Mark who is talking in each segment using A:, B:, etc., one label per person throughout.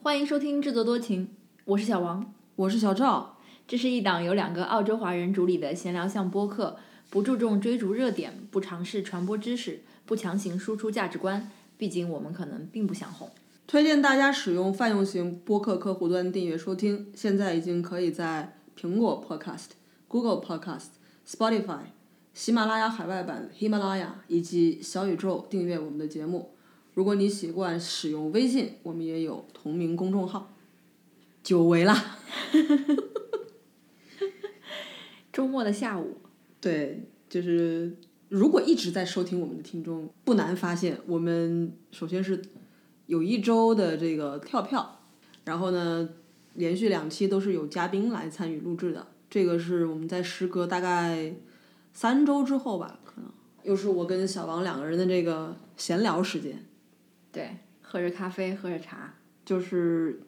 A: 欢迎收听《制作多情》，我是小王。
B: 我是小赵，
A: 这是一档由两个澳洲华人主理的闲聊向播客，不注重追逐热点，不尝试传播知识，不强行输出价值观。毕竟我们可能并不想红。
B: 推荐大家使用泛用型播客客户端订阅收听。现在已经可以在苹果 Podcast、Google Podcast、Spotify、喜马拉雅海外版、喜马拉雅以及小宇宙订阅我们的节目。如果你习惯使用微信，我们也有同名公众号。久违啦！
A: 周末的下午，
B: 对，就是如果一直在收听我们的听众，不难发现，我们首先是有一周的这个跳票，然后呢，连续两期都是有嘉宾来参与录制的。这个是我们在时隔大概三周之后吧，可能又是我跟小王两个人的这个闲聊时间，
A: 对，喝着咖啡，喝着茶，
B: 就是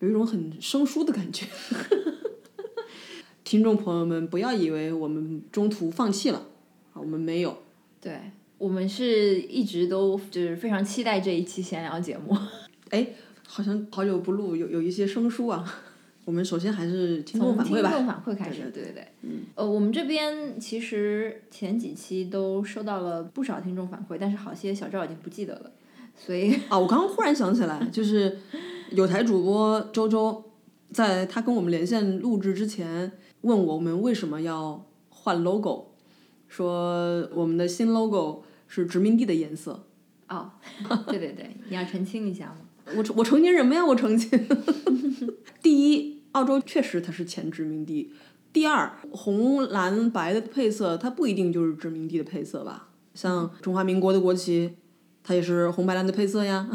B: 有一种很生疏的感觉。 听众朋友们，不要以为我们中途放弃了，啊，我们没有。
A: 对我们是一直都就是非常期待这一期闲聊节目。
B: 好像好久不录，有有一些生疏啊。 我们首先还是听众反
A: 从
B: 馈吧。
A: 听众反馈开始，对对对
B: 嗯
A: 呃，我们这边其实前几期都收到了不少听众反馈，但是好些小赵已经不记得了，所以
B: 啊，我刚刚忽然想起来，就是有台主播周周，在他跟我们连线录制之前，问我们为什么要换 logo，说我们的新 logo 是殖民地的颜色。
A: 哦， 对对对，你要澄清一下嘛。
B: 我成我成年人没有我成亲。 第一，澳洲确实它是前殖民地。第二，红蓝白的配色，它不一定就是殖民地的配色吧？像中华民国的国旗，它也是红白蓝的配色呀。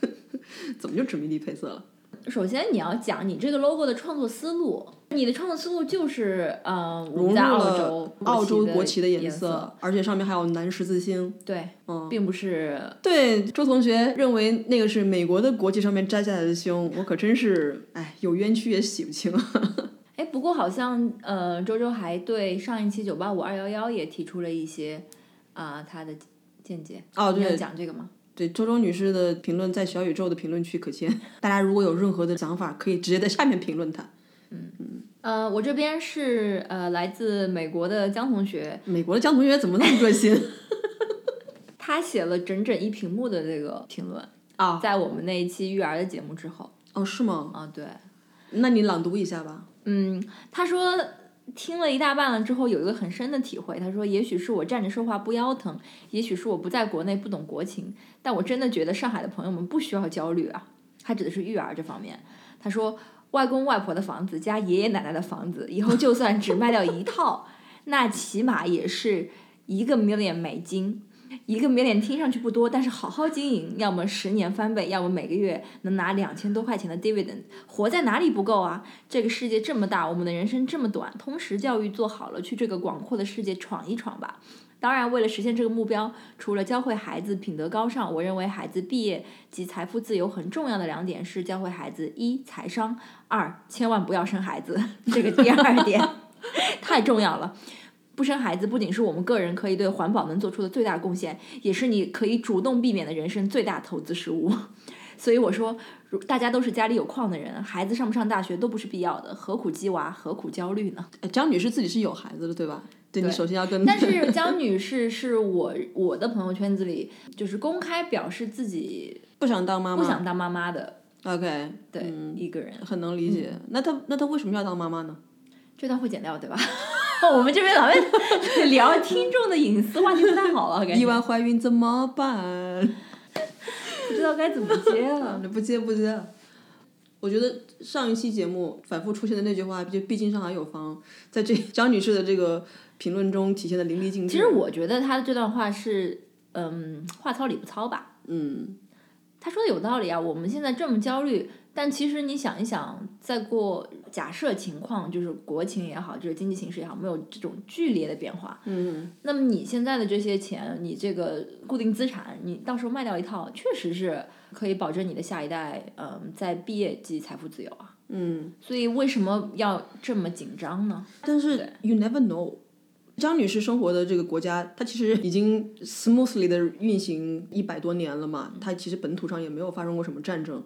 B: 怎么就殖民地配色了？
A: 首先你要讲你这个 logo 的创作思路，你的创作思路就是呃，我们
B: 融入
A: 在澳洲
B: 了澳洲
A: 国
B: 国旗的
A: 颜
B: 颜色，而且上面还有南十字星。
A: 对，
B: 嗯，
A: 并不是
B: 对，周同学认为那个是美国的国旗上面摘下来的星，我可真是，哎，有冤屈也洗不清。
A: 哎，不过好像呃，周周还对上一期九八五二幺幺也提出了一些啊、他的见解。
B: 哦
A: 你
B: 对
A: 要讲这个吗？
B: 对周周女士的评论在小宇宙的评论区可见，大家如果有任何的想法，可以直接在下面评论它。
A: 呃，我这边是呃，来自美国的江同学，
B: 美国的江同学怎么那么热心
A: 他写了整整一屏幕的这个评论，
B: 啊？
A: 在我们那一期育儿的节目之后
B: 哦，是吗？
A: 啊、对，
B: 那你朗读一下吧。
A: 嗯，他说听了一大半了之后，有一个很深的体会。他说，也许是我站着说话不腰疼，也许是我不在国内不懂国情，但我真的觉得上海的朋友们不需要焦虑啊。他指的是育儿这方面。他说，外公外婆的房子加爷爷奶奶的房子，以后就算只卖掉一套， 那起码也是一个 million 美金。一个 million 听上去不多，但是好好经营，要么十年翻倍，要么每个月能拿两千多块钱的 dividend，活在哪里不够啊？这个世界这么大，我们的人生这么短，通识教育做好了，去这个广阔的世界闯一闯吧。当然，为了实现这个目标，除了教会孩子品德高尚，我认为孩子毕业及财富自由很重要的两点是教会孩子一财商，二千万不要生孩子，这个第二点 太重要了。不生孩子不仅是我们个人可以对环保能做出的最大贡献，也是你可以主动避免的人生最大投资失误。 所以我说，如大家都是家里有矿的人，孩子上不上大学都不是必要的，何苦鸡娃，何苦焦虑呢？
B: 哎江女士自己是有孩子的，对吧？对你首先要跟，
A: 但是江女士是我我的朋友圈子里，就是公开表示自己
B: 不想当妈
A: 不
B: 妈
A: 想当妈妈的
B: ，OK，嗯
A: 对、嗯一个人，
B: 很能理解。那她那她为什么要当妈妈呢？
A: 这段会剪掉对吧？ 我们这边老在 聊听众的隐私话题不太好了，感
B: 意
A: 觉
B: 外怀孕怎么办？
A: 不知道该怎么接了。
B: 不接不接。我觉得上一期节目反复出现的那句话，就毕竟上海有房，在这张女士的这个评论中体现的淋漓尽致。
A: 其实我觉得她的这段话是，嗯，话糙理不糙吧。
B: 嗯，
A: 他说的有道理啊，我们现在这么焦虑，但其实你想一想，再过假设情况就是国情也好，就是经济形势也好，没有这种剧烈的变化，嗯，那么你现在的这些钱，你这个固定资产，你到时候卖掉一套，确实是可以保证你的下一代，嗯，在毕业即财富自由啊，嗯，所以为什么要这么紧张呢？
B: 但是 you never know。张女士生活的这个国家，它其实已经 smoothly 的运行一百多年了嘛，它其实本土上也没有发生过什么战争。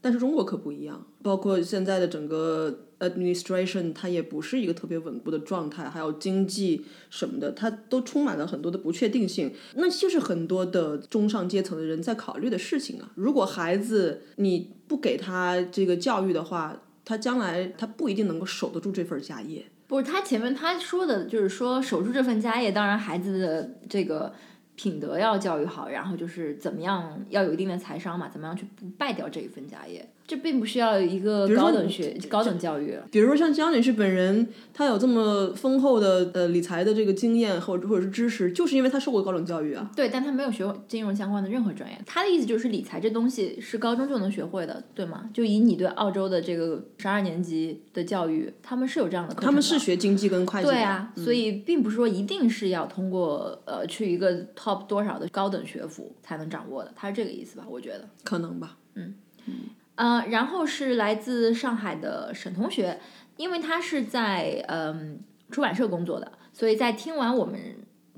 B: 但是中国可不一样，包括现在的整个 administration，它也不是一个特别稳固的状态，还有经济什么的，它都充满了很多的不确定性。那就是很多的中上阶层的人在考虑的事情啊。如果孩子你不给他这个教育的话，他将来他不一定能够守得住这份家业。
A: 不是他前面他说的，就是说守住这份家业，当然孩子的这个品德要教育好，然后就是怎么样要有一定的财商嘛，怎么样去不败掉这一份家业，这并不需要一个
B: 比如说
A: 高等学高等教育。
B: 比如说像江女士本人，她有这么丰厚的呃理财的这个经验，或者或者是知识，就是因为她受过高等教育啊。
A: 对，但他没有学过金融相关的任何专业。他的意思就是理财这东西是高中就能学会的，对吗？就以你对澳洲的这个十二年级的教育，他们是有这样的课程的。
B: 他们是学经济跟会计的，
A: 对啊，所以并不是说一定是要通过呃去一个 top 多少的高等学府才能掌握的，他是这个意思吧？我觉得。
B: 可能吧。
A: 呃，然后是来自上海的沈同学，因为他是在嗯、出版社工作的，所以在听完我们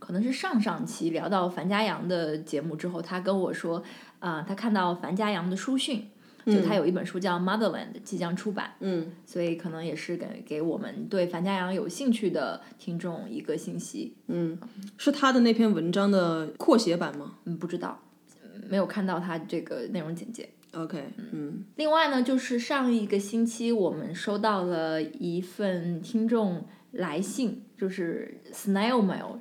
A: 可能是上上期聊到樊家阳的节目之后，他跟我说，啊、他看到樊家阳的书讯，就他有一本书叫《Motherland》，即将出版，
B: 嗯，
A: 所以可能也是给给我们对樊家阳有兴趣的听众一个信息。
B: 是他的那篇文章的扩写版吗
A: 嗯，不知道，没有看到他这个内容简介。
B: ？OK，嗯，
A: 另外呢，就是上一个星期我们收到了一份听众来信，就是 snail mail，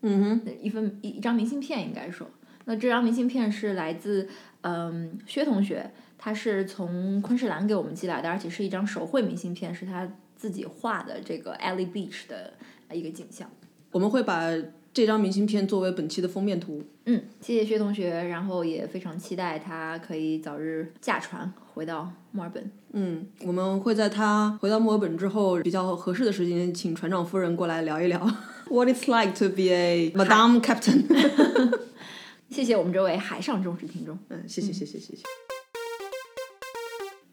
B: 嗯哼，
A: 一份一一张明信片应该说。那这张明信片是来自嗯薛同学，他是从昆士兰给我们寄来的，而且是一张手绘明信片，是他自己画的这个 Alley Beach 的一个景象。
B: 我们会把这张明信片作为本期的封面图。
A: 嗯，谢谢薛同学，然后也非常期待他可以早日驾船回到墨尔本。
B: 嗯，我们会在他回到墨尔本之后比较合适的时间，请船长夫人过来聊一聊 what it's like to be a Madam Captain。
A: 谢谢我们这位海上忠实听众。
B: 嗯，谢谢谢谢谢谢。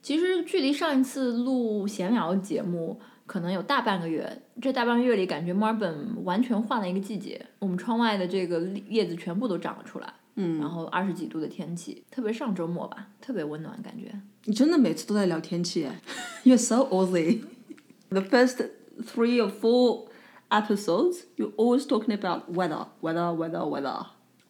A: 其实距离上一次录闲聊节目可能有大半个月，这大半个月里感觉墨尔本完全换了一个季节，我们窗外的这个叶子全部都长了出来，
B: 嗯，
A: 然后二十几度的天气，特别上周末吧，特别温暖感觉。
B: 你真的每次都在聊天气哎，You're so Aussie。The first three or four episodes, you always talking about weather, weather, weather, weather。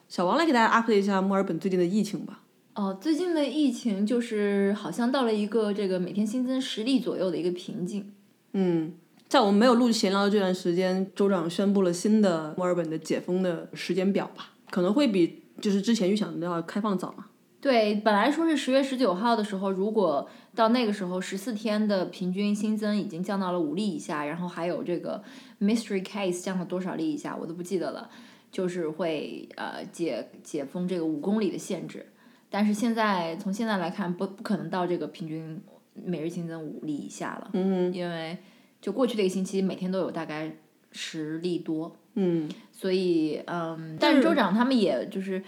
B: 小王来给大家 update 一下墨尔本最近的疫情吧。
A: 哦，最近的疫情就是好像到了一个这个每天新增十例左右的一个瓶颈。
B: 嗯，在我们没有录闲聊的这段时间，州长宣布了新的墨尔本的解封的时间表吧，可能会比就是之前预想的要开放早嘛。
A: 对，本来说是十月十九号的时候，如果到那个时候十四天的平均新增已经降到了五例以下，然后还有这个 mystery case 降到多少例以下，我都不记得了，就是会呃解解封这个五公里的限制。但是现在从现在来看，不不可能到这个平均每日新增五例以下了，
B: 嗯
A: 因为就过去这个星期每天都有大概十例多，
B: 嗯，
A: 所以嗯，但是州长他们也就是。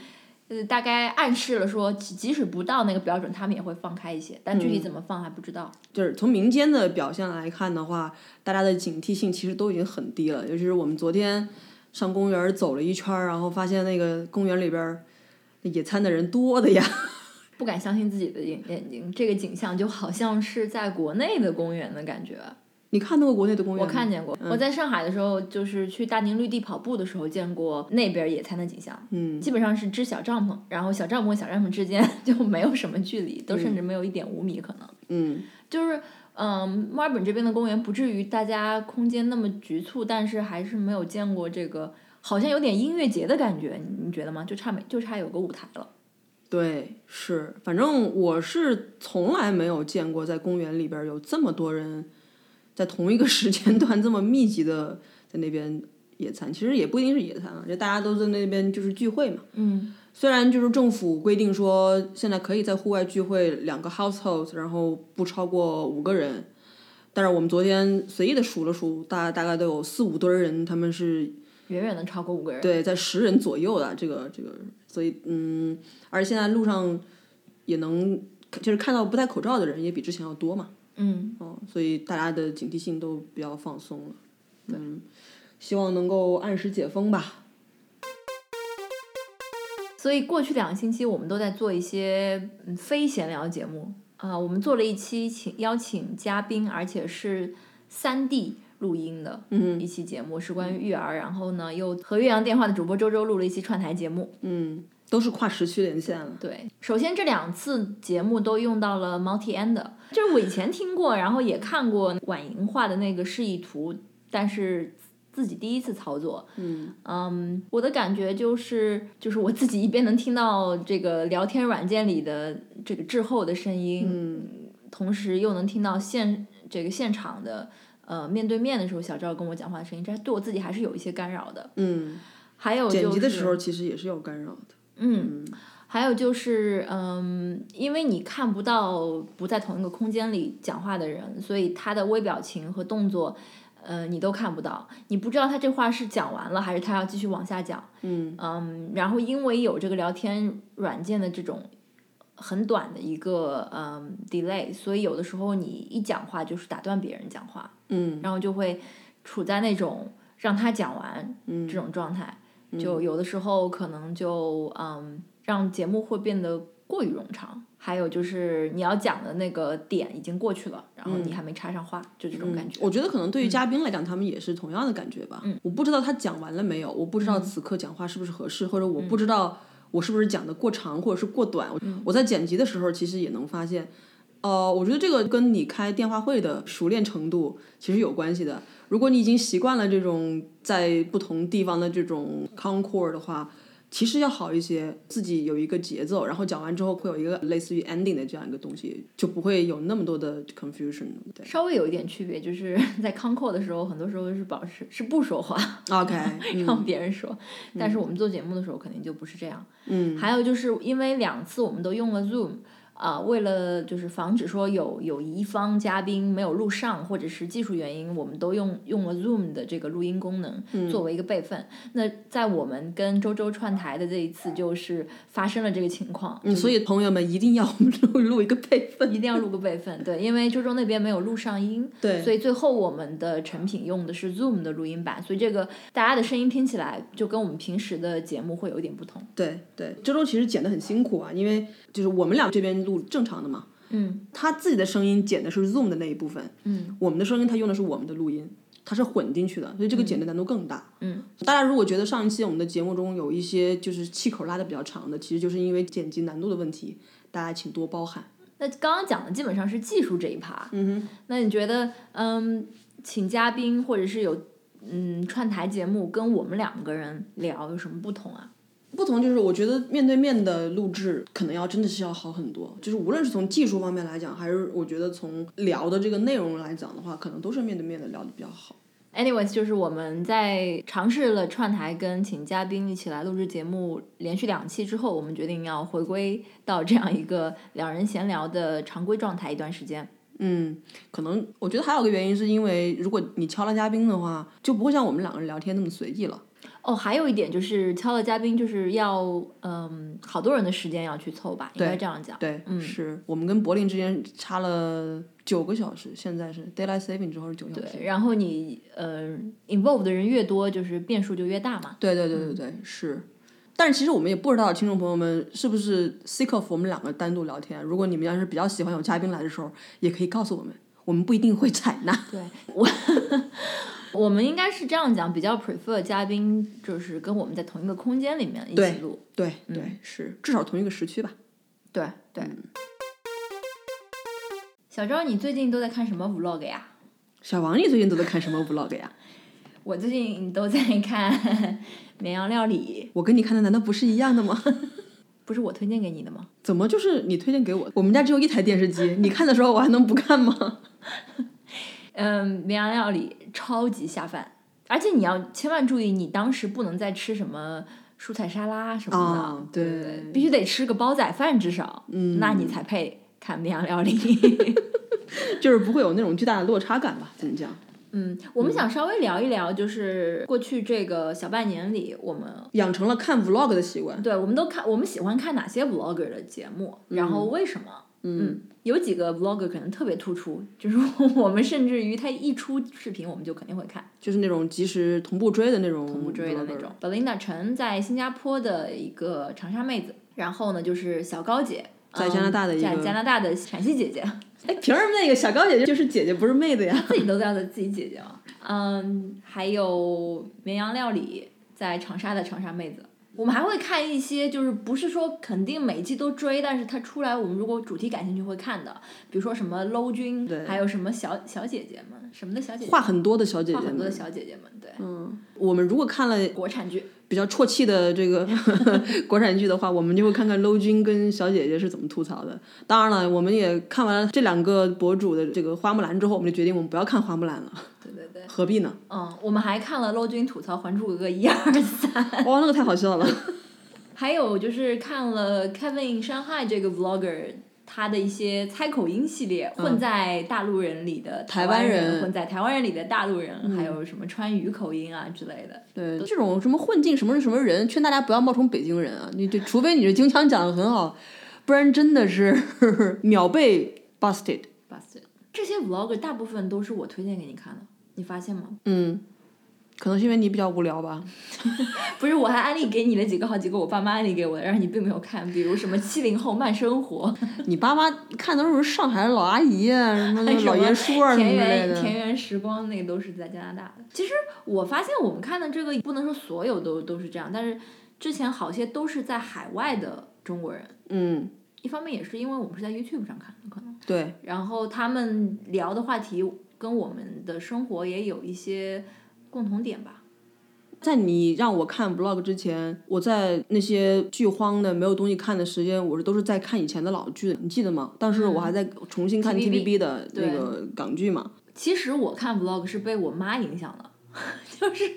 A: 呃，大概暗示了说，即即使不到那个标准，他们也会放开一些，但具体怎么放还不知道。
B: 就是从民间的表现来看的话，大家的警惕性其实都已经很低了。尤其是我们昨天上公园走了一圈儿，然后发现那个公园里边儿野餐的人多的呀。
A: 不敢相信自己的眼眼睛，这个景象就好像是在国内的公园的感觉。
B: 你看到过国内的公园
A: 我
B: 吗？
A: 看见过，我在上海的时候，就是去大宁绿地跑步的时候见过那边野餐的景象。
B: 嗯，
A: 基本上是支小帐篷，然后小帐篷和小帐篷之间 就没有什么距离，都甚至没有一点五米可能。
B: 嗯
A: 就是嗯，墨尔本这边的公园不至于大家空间那么局促，但是还是没有见过这个，好像有点音乐节的感觉，你你觉得吗？就差没就差有个舞台了。
B: 对，是，反正我是从来没有见过在公园里边儿有这么多人在同一个时间段这么密集的在那边野餐。其实也不一定是野餐啊，就大家都在那边就是聚会嘛。
A: 嗯，
B: 虽然就是政府规定说现在可以在户外聚会两个 household，然后不超过五个人，但是我们昨天随意的数了数，大大概都有四五堆儿人，他们是
A: 远远的超过五个人。
B: 对，在十人左右的这个这个，所以嗯，而现在路上也能就是看到不戴口罩的人也比之前要多嘛，
A: 嗯，
B: 哦，所以大家的警惕性都比较放松了，嗯，希望能够按时解封吧，
A: 所以过去两个星期我们都在做一些嗯非闲聊节目，啊、我们做了一期请邀请嘉宾，而且是三 D 录音的，嗯，一期节目是关于育儿，然后呢又和岳阳电话的主播周周录了一期串台节目。
B: 嗯，都是跨时区连线了。
A: 对，首先这两次节目都用到了 multi end，就是我以前听过，然后也看过婉莹画的那个示意图，但是自己第一次操作。嗯我的感觉就是，就是我自己一边能听到这个聊天软件里的这个滞后的声音，
B: 嗯
A: 同时又能听到现这个现场的呃面对面的时候小赵跟我讲话的声音，这对我自己还是有一些干扰的。
B: 嗯，
A: 还有、就是、
B: 剪辑的时候其实也是有干扰的。
A: 嗯，还有就是，嗯，因为你看不到不在同一个空间里讲话的人，所以他的微表情和动作，呃，你都看不到，你不知道他这话是讲完了还是他要继续往下讲。
B: 嗯
A: 嗯，然后因为有这个聊天软件的这种很短的一个嗯 delay，所以有的时候你一讲话就是打断别人讲话，
B: 嗯
A: 然后就会处在那种让他讲完
B: 嗯
A: 这种状态，就有的时候可能就嗯，让节目会变得过于冗长。还有就是你要讲的那个点已经过去了，然后你还没插上话，就这种感觉。
B: 嗯我觉得可能对于嘉宾来讲，他们也是同样的感觉吧。我不知道他讲完了没有，我不知道此刻讲话是不是合适，或者我不知道我是不是讲的过长或者是过短。我在剪辑的时候，其实也能发现。呃，我觉得这个跟你开电话会的熟练程度其实有关系的。如果你已经习惯了这种在不同地方的这种 concord 的话，其实要好一些，自己有一个节奏，然后讲完之后会有一个类似于 ending 的这样一个东西，就不会有那么多的 confusion。对
A: 稍微有一点区别，就是 在 c o n call 的时候，很多时候是保持是不说话，
B: ，OK，
A: 让别人说。但是我们做节目的时候，肯定就不是这样。
B: 嗯，
A: 还有就是因为两次我们都用了 Zoom，啊、为了就是防止说有有一方嘉宾没有录上，或者是技术原因，我们都用用了 Zoom 的这个录音功能
B: 嗯
A: 作为一个备份。那在我们跟周周串台的这一次，就是发生了这个情况，
B: 嗯，所以朋友们一定要我们录录一个备份。
A: 一定要录个备份。对，因为周周那边没有录上音，
B: 对，
A: 所以最后我们的成品用的是 Zoom 的录音版，所以这个大家的声音听起来就跟我们平时的节目会有一点不同。
B: 对对，周周其实剪得很辛苦啊，因为就是我们俩这边录正常的嘛，
A: 嗯
B: 他自己的声音剪的是 Zoom 的那一部分，
A: 嗯，
B: 我们的声音他用的是我们的录音，他是混进去的，所以这个剪的难度更大。
A: 嗯，
B: 大家如果觉得上一期我们的节目中有一些就是气口拉的比较长的，其实就是因为剪辑难度的问题，大家请多包涵。
A: 那刚刚讲的基本上是技术这一趴。嗯哼，那你觉得，嗯，请嘉宾或者是有嗯串台节目跟我们两个人聊有什么不同啊？
B: 不同就是，我觉得面对面的录制可能要真的是要好很多，就是无论是从技术方面来讲，还是我觉得从聊的这个内容来讲的话，可能都是面对面的聊的比较好。
A: Anyways，就是我们在尝试了串台跟请嘉宾一起来录制节目连续两期之后，我们决定要回归到这样一个两人闲聊的常规状态一段时间。
B: 嗯，可能我觉得还有个原因是因为，如果你敲了嘉宾的话，就不会像我们两个人聊天那么随意了。
A: 哦，还有一点就是敲了嘉宾，就是要嗯，好多人的时间要去凑吧，应该这样讲。
B: 对，
A: 嗯
B: 是我们跟柏林之间差了九个小时，现在是 daylight saving 之后是九个小时。
A: 对，然后你呃 involve 的人越多，就是变数就越大嘛。
B: 对对对对对，是。但是其实我们也不知道听众朋友们是不是 sick of 我们两个单独聊天。如果你们要是比较喜欢有嘉宾来的时候，也可以告诉我们，我们不一定会采纳。
A: 对我， 我们应该是这样讲，比较 prefer 嘉宾就是跟我们在同一个空间里面一
B: 对
A: 起录。
B: 对对，是至少同一个时区吧。
A: 对对。小周，你最近都在看什么 vlog 呀？
B: 小王，你最近都在看什么 vlog 呀？
A: 我最近都在看绵羊料理，
B: 我跟你看的难道不是一样的吗？
A: 不是我推荐给你的吗？
B: 怎么就是你推荐给我？我们家只有一台电视机，你看的时候我还能不看吗？
A: 嗯，绵羊料理超级下饭，而且你要千万注意，你当时不能再吃什么蔬菜沙拉什么的，
B: 啊
A: 对
B: 对
A: 对，必须得吃个煲仔饭至少，
B: 嗯
A: 那你才配看绵羊料理。
B: 就是不会有那种巨大的落差感吧？怎么讲？
A: 嗯，我们想稍微聊一聊，就是过去这个小半年里，我们
B: 养成了看 vlog 的习惯。
A: 对我们都看，我们喜欢看哪些 vlogger 的节目，然后为什么？
B: 嗯
A: 有几个 vlogger 可能特别突出，就是 我们甚至于他一出视频，我们就肯定会看。
B: 就是那种及时同步追的那种，同
A: 不追的那种。。Belinda 陈在新加坡的一个长沙妹子，然后呢就是小高姐，嗯
B: 在加拿大的一
A: 在
B: 个，
A: 加拿大的陕西姐姐，
B: 哎，凭什么那个小高姐就是姐姐，不是妹子呀？
A: 自己都叫她自己姐姐嘛。嗯，还有绵阳料理，在长沙的长沙妹子。我们还会看一些，就是不是说肯定每一季都追，但是它出来，我们如果主题感兴趣会看的，比如说什么搂君
B: 对，
A: 还有什么小小姐姐们，什么的小姐姐，
B: 话很多的小姐
A: 话
B: 姐
A: 很多的
B: 们，
A: 小姐姐们，对，
B: 嗯，我们如果看了
A: 国产剧，
B: 比较啜泣的这个 国产剧的话，我们就会看看搂君跟小姐姐是怎么吐槽的。当然了，我们也看完了这两个博主的这个花木兰之后，我们就决定我们不要看花木兰了，
A: 对对对，
B: 何必呢？
A: 嗯，我们还看了搂君吐槽《还珠格格》一二三，
B: 哇、哦那个太好笑了。
A: 还有就是看了 Kevin in Shanghai 这个 vlogger，他的一些猜口音系列，
B: 嗯
A: 混在大陆人里的
B: 台
A: 湾
B: 湾人嗯
A: 混在台湾人里的大陆人，还有什么川渝口音啊之类的。
B: 对，这种什么混进什么什么人，劝大家不要冒充北京人啊！你这除非你这京腔讲的很好，不然真的是 秒被 busted。
A: Busted，这些 vlogger 大部分都是我推荐给你看的，你发现吗？
B: 嗯，可能是因为你比较无聊吧。
A: 不是，我还安利给你了几个，好几个我爸妈安利给我的，然后你并没有看，比如什么七零后慢生活，
B: 你爸妈看都是上海的老阿姨啊，什么老爷叔啊什么
A: 田
B: 之类
A: 园田
B: 的。
A: 园时光那个都是在加拿大的。其实我发现我们看的这个不能说所有都都是这样，但是之前好些都是在海外的中国人。
B: 嗯，
A: 一方面也是因为我们是在 YouTube 上看的，可能，
B: 对，
A: 然后他们聊的话题跟我们的生活也有一些共同点吧。
B: 在你让我看 vlog 之前，我在那些剧荒的没有东西看的时间，我是都是在看以前的老剧的，你记得吗？当时我还在重新看
A: TVB
B: TVB 的那
A: 对
B: 个港剧嘛。
A: 其实我看 Vlog 是被我妈影响的， 就是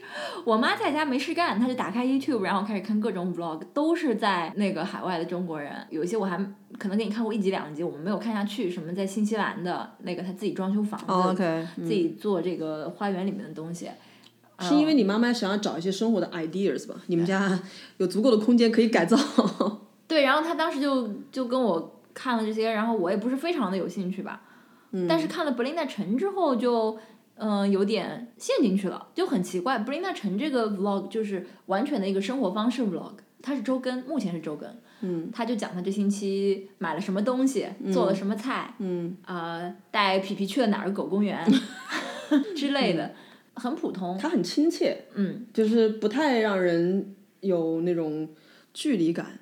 A: 我妈在家没事干，她就打开 YouTube，然后开始看各种 Vlog，都是在那个海外的中国人，有一些我还可能给你看过一集两集，我们没有看下去，什么在新西兰的那个他自己装修房子，
B: 哦 OK，
A: 自己做这个花园里面的东西，
B: 是因为你妈妈想要找一些生活的 ideas 吧？你们家有足够的空间可以改造。
A: 对，然后他当时就就跟我看了这些，然后我也不是非常的有兴趣吧，但是看了《布琳达城》之后就。嗯、有点陷进去了，就很奇怪。布琳达城这个 vlog 就是完全的一个生活方式 vlog，它是周更，目前是周更。嗯，他就讲他这星期买了什么东西，做了什么菜，嗯，呃，带皮皮去了哪儿狗公 园之类的，很普通。
B: 它很亲切，
A: 嗯，
B: 就是不太让人有那种距离感。